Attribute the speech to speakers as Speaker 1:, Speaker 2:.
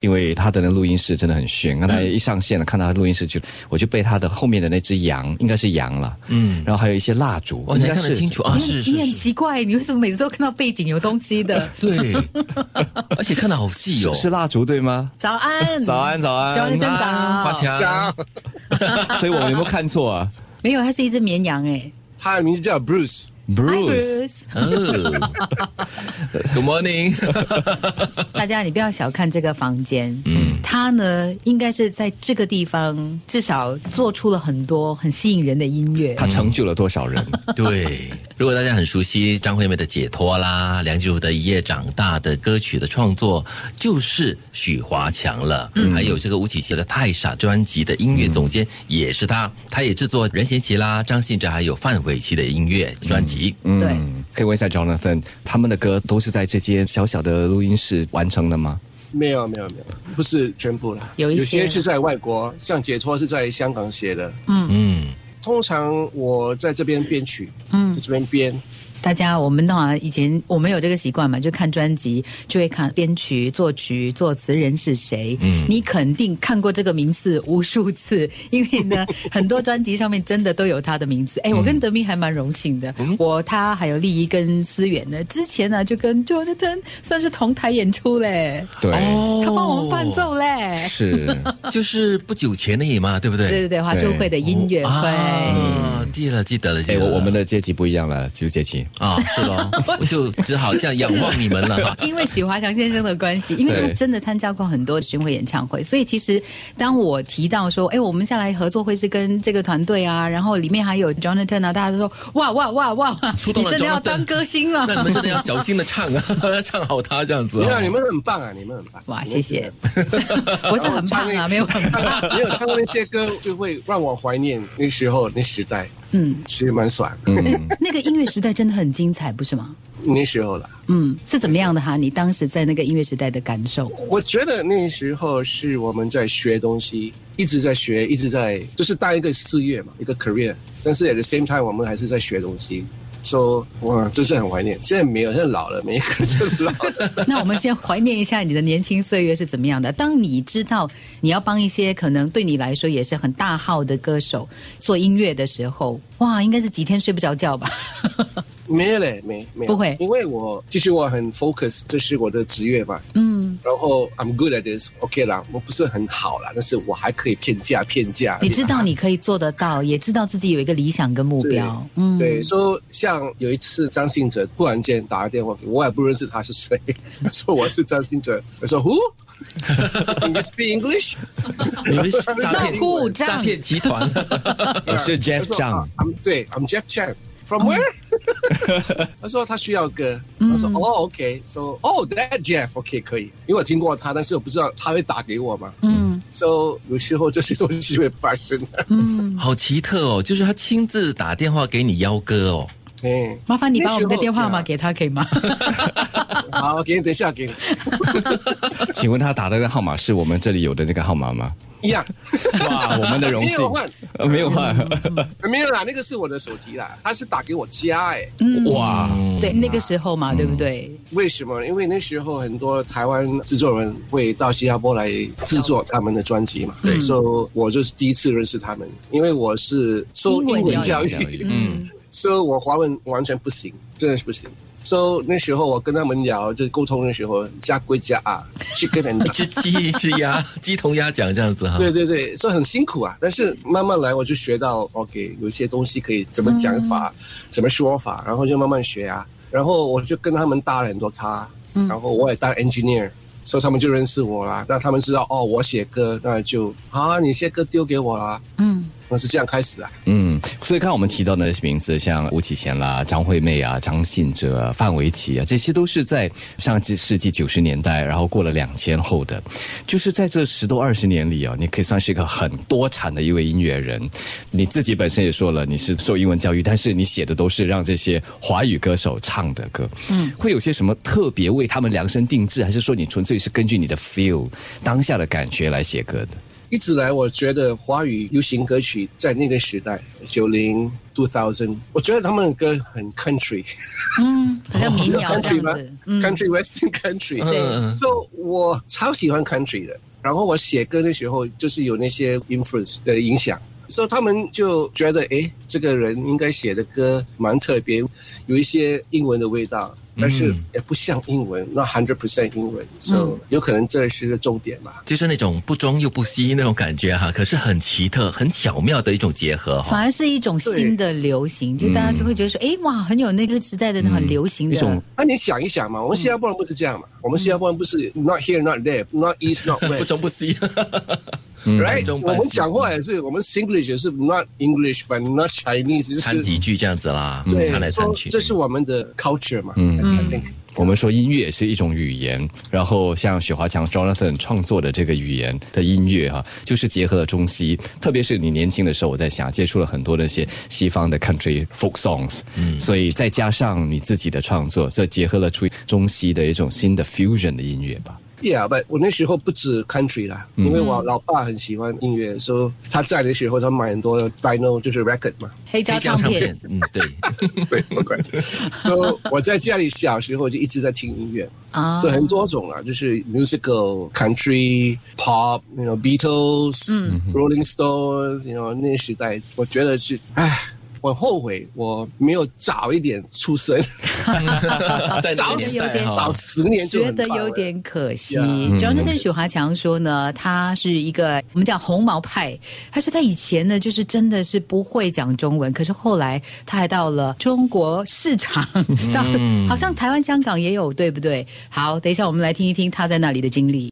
Speaker 1: 因为他的那录音室真的很
Speaker 2: 嗯
Speaker 1: 炫，刚才一上线了，看到他录音室就我就被他的后面的那只羊，应该是羊了，嗯，然后还有一些蜡烛，
Speaker 2: 哦，
Speaker 1: 应
Speaker 2: 你
Speaker 1: 该
Speaker 2: 看得
Speaker 1: 是
Speaker 2: 清楚啊，是
Speaker 3: 你
Speaker 2: 是
Speaker 3: 很
Speaker 2: 是，
Speaker 3: 奇怪，你为什么每次都看到背景有东西的？
Speaker 2: 对，而且看得好细哦，
Speaker 1: 是是蜡烛对 吗？
Speaker 3: 早安，
Speaker 1: 早安早安
Speaker 3: 早安，早
Speaker 2: 啊华
Speaker 3: 安，
Speaker 2: 强
Speaker 4: 家，
Speaker 1: 所以我们有没有看错啊
Speaker 3: 没有，它是一只绵羊哎。
Speaker 4: 他的名字叫 Bruce。
Speaker 3: Hi,
Speaker 1: ？Bruce，
Speaker 3: Bruce，
Speaker 2: 嗯 ，Good morning，
Speaker 3: 大家你不要小看这个房间，嗯，它呢应该是在这个地方至少做出了很多很吸引人的音乐。
Speaker 1: 他成就了多少人？
Speaker 2: 对，如果大家很熟悉张惠妹的《解脱》啦，梁静茹的《一夜长大》的歌曲的创作，就是许华强了。
Speaker 1: 嗯
Speaker 2: 还有这个吴启贤的《太傻》专辑的音乐总监也是
Speaker 1: 嗯
Speaker 2: 他，他也制作任贤齐啦、张信哲还有范玮琪的音乐专辑。
Speaker 3: 对，
Speaker 1: 嗯，可以问一下 Jonathan，他们的歌都是在这些小小的录音室完成的吗？
Speaker 4: 没有没有没有，不是全部啦，
Speaker 3: 有一些
Speaker 4: 些是在外国，像解脱是在香港写的。
Speaker 2: 嗯，
Speaker 4: 通常我在这边编曲，
Speaker 3: 嗯
Speaker 4: 嗯，在这边编，
Speaker 3: 大家我们的话以前我们有这个习惯嘛，就看专辑就会看编曲、作曲、作词人是谁。嗯，你肯定看过这个名字无数次，因为呢，很多专辑上面真的都有他的名字。哎，我跟德明还蛮荣幸的，我他还有丽姨跟思远呢，之前呢就跟 Jonathan 算是同台演出嘞，
Speaker 1: 对，
Speaker 2: 哦
Speaker 3: 他帮我们伴奏嘞。
Speaker 1: 是。
Speaker 2: 就是不久前而已嘛，对不对？
Speaker 3: 对对对，华
Speaker 1: 对
Speaker 3: 州会的音乐会。
Speaker 2: 哦啊，记了记得了，记
Speaker 1: 哎，
Speaker 2: 得
Speaker 1: 我
Speaker 2: 了。
Speaker 1: 我们的阶级不一样了，只有阶 级。
Speaker 2: 啊，是咯，我就只好这样仰望你们了 哈。
Speaker 3: 因为许华强先生的关系，因为他
Speaker 1: 对
Speaker 3: 真的参加过很多巡回演唱会，所以其实当我提到说，哎，我们下来合作会是跟这个团队啊，然后里面还有 Jonathan 啊，大家都说，哇哇哇哇，哇
Speaker 2: 触
Speaker 3: 你
Speaker 2: 动了
Speaker 3: 真的要
Speaker 2: Jonathan
Speaker 3: 当歌星
Speaker 2: 那你
Speaker 3: 了。
Speaker 2: 们真的要小心的唱啊， 要唱好它这样子、
Speaker 4: 没有，
Speaker 2: 哦。
Speaker 4: 你们很棒啊，你们很棒。
Speaker 3: 哇，
Speaker 4: 你
Speaker 3: 谢
Speaker 4: 们啊
Speaker 3: 谢
Speaker 4: 真的。，
Speaker 3: 我是很胖啊，没有很胖。
Speaker 4: 没有唱过那些歌，就会让我怀念那时候那时代，
Speaker 3: 嗯，
Speaker 4: 其实蛮爽。
Speaker 3: 那个音乐时代真的很精彩，不是吗？
Speaker 4: 那时候啦，
Speaker 3: 嗯，是怎么样的哈？你当时在那个音乐时代的感受？
Speaker 4: 我觉得那时候是我们在学东西，一直在学，一直在就是当一个事业嘛，一个 career。但是 at the same time，我们还是在学东西。说、so, 哇，真是很怀念。现在没有，现在老了，每一个人都老了。
Speaker 3: 那我们先怀念一下你的年轻岁月是怎么样的。当你知道你要帮一些可能对你来说也是很大号的歌手做音乐的时候，哇，应该是几天睡不着觉吧？
Speaker 4: 没有嘞， 没没有
Speaker 3: 不会
Speaker 4: 因为我其实我很 focus，这是我的职业嘛。
Speaker 3: 嗯，
Speaker 4: 然后 I'm good at this，OK、啦，我不是很好啦，但是我还可以骗价骗价。
Speaker 3: 你知道你可以做得到，也知道自己有一个理想跟目标。嗯，
Speaker 4: 对，说、像有一次张信哲突然间打个电话给我，我也不认识他是谁， 说我是张信哲，我说 Who？You speak English？
Speaker 2: 你们是诈骗
Speaker 3: 那故障
Speaker 2: 诈骗集团，啊
Speaker 1: 我是 Jeff
Speaker 4: 他说
Speaker 1: Zhang
Speaker 4: 啊 I'm 对，I'm Jeff Chan。From where？、他 说他需要歌，
Speaker 3: 嗯
Speaker 4: 他说哦，OK，so、哦，that Jeff，OK、可以，因为我听过他，但是我不知道他会打给我嘛。
Speaker 3: 嗯
Speaker 4: So 有时候这些东西会发生。
Speaker 3: 嗯，
Speaker 2: 好奇特哦！就是他亲自打电话给你邀歌哦，
Speaker 4: 嗯，
Speaker 3: 麻烦你把我们的
Speaker 4: 那时候
Speaker 3: 电话号码
Speaker 4: 对啊
Speaker 3: 给他可以吗？
Speaker 4: 好，给你，等一下给你
Speaker 1: 请问他打的那个号码是我们这里有的那个号码吗？
Speaker 4: 一样，
Speaker 1: 哇，我们的荣幸
Speaker 4: 没有换，
Speaker 1: 呃没有换，
Speaker 4: 呃没有啦，那个是我的手机啦，他是打给我家哎、
Speaker 2: 嗯
Speaker 1: 哇，
Speaker 3: 嗯对，那个时候嘛，对不对？
Speaker 4: 为什么？因为那时候很多台湾制作人会到新加坡来制作他们的专辑嘛，
Speaker 3: 嗯
Speaker 2: 对
Speaker 4: 所以我就是第一次认识他们，因为我是受
Speaker 3: 英文
Speaker 4: 英文
Speaker 3: 教
Speaker 4: 教
Speaker 3: 育
Speaker 4: 育，
Speaker 2: 嗯，
Speaker 4: 所以我华文完全不行，真的是不行。so 那时候我跟他们聊，就是沟通的时候，家归家啊，去 跟人
Speaker 2: 一只鸡一只鸭， 鸡同鸭讲这样子哈。
Speaker 4: 对对对，这很辛苦啊。但是慢慢来，我就学到 OK，有一些东西可以怎么讲法、怎么说法，然后就慢慢学啊。然后我就跟他们搭了很多咖，然后我也当 engineer，所以他们就认识我啦。那他们知道哦，我写歌，那就啊，你写歌丢给我啦。
Speaker 3: 嗯，
Speaker 4: 我是这样开始啊。
Speaker 1: 嗯，所以刚刚我们提到的那些名字，像吴启贤啦、张惠妹啊、张信哲、啊、范玮琪啊，这些都是在上世世纪九十年代，然后过了两千后的，就是在这十多二十年里啊，你可以算是一个很多产的一位音乐人。你自己本身也说了，你是受英文教育，但是你写的都是让这些华语歌手唱的歌，嗯，会有些什么特别为他们量身定制，还是说你纯粹是根据你的 feel 当下的感觉来写歌的？
Speaker 4: 一直来，我觉得华语流行歌曲在那个时代，九零 two thousand，我觉得他们的歌很 country，
Speaker 3: 嗯，好像民谣这
Speaker 4: country
Speaker 3: 样
Speaker 4: 吗
Speaker 3: 子，嗯，
Speaker 4: ？country western country，
Speaker 3: 对
Speaker 2: 嗯，
Speaker 4: So 我超喜欢 country 的，然后我写歌的时候就是有那些 influence 的影响，所、以他们就觉得，诶，这个人应该写的歌蛮特别，有一些英文的味道，但是
Speaker 2: 嗯
Speaker 4: 也不像英文，那 hundred percent 英文，so、有可能这是个重点吧。
Speaker 2: 就是那种不中又不西那种感觉哈、可是很奇特、很巧妙的一种结合
Speaker 3: 反
Speaker 2: 哈、
Speaker 3: 而是一种新的流行，就大家就会觉得说，
Speaker 4: 嗯
Speaker 3: 哎、哇，很有那个时代的很流行的
Speaker 1: 一种
Speaker 4: 那你想一想
Speaker 2: 嗯
Speaker 4: 嘛，我们新加坡人不是这样嘛？我们新加坡人不是 not here not there not east not
Speaker 2: 不嗯
Speaker 4: west
Speaker 2: 中不西，
Speaker 4: right？
Speaker 2: 中
Speaker 4: 我
Speaker 2: 半西
Speaker 4: 们讲话也是，我们 Singlish 也是 not English but not Chinese，就是
Speaker 2: 掺几句这样子啦，嗯
Speaker 4: 对，
Speaker 2: 掺来掺
Speaker 4: 说
Speaker 2: 去。
Speaker 4: 这是我们的 culture 嘛。
Speaker 1: 嗯
Speaker 4: I think
Speaker 1: 我们说音乐也是一种语言，然后像许华强 Jonathan 创作的这个语言的音乐哈、就是结合了中西，特别是你年轻的时候，我在想接触了很多那些西方的 country folk songs，嗯，所以再加上你自己的创作，这结合了出中西的一种新的 fusion 的音乐吧。
Speaker 4: Yeah，but 我那时候不止 country 啦，因为我老爸很喜欢音乐，所以他在的时候他买很多 vinyl 就是 record 嘛。
Speaker 3: 黑胶
Speaker 2: 黑胶
Speaker 3: 唱
Speaker 2: 唱
Speaker 3: 片
Speaker 2: 片。，嗯，对，
Speaker 4: 对，不管。so 我在家里小时候就一直在听音乐，
Speaker 3: 啊
Speaker 4: 所以很多种啊，就是 musical、country、pop、you know Beatles、Rolling Stones，you know 那个时代，我觉得是唉。我后悔我没有早一点出生，
Speaker 2: 在那
Speaker 4: 早
Speaker 2: 个年
Speaker 3: 有
Speaker 2: 代
Speaker 3: 点
Speaker 2: 哈
Speaker 4: 早。十年就
Speaker 3: 觉
Speaker 4: 很
Speaker 3: 得
Speaker 4: 棒
Speaker 3: 有
Speaker 4: 了
Speaker 3: 点可惜。
Speaker 4: Yeah 嗯
Speaker 3: Jonathan 许华强说呢，他是一个我们讲红毛派。他说他以前呢，就是真的是不会讲中文，可是后来他还到了中国市场，
Speaker 4: 嗯
Speaker 3: 到好像台湾、香港也有，对不对？好，等一下我们来听一听他在那里的经历。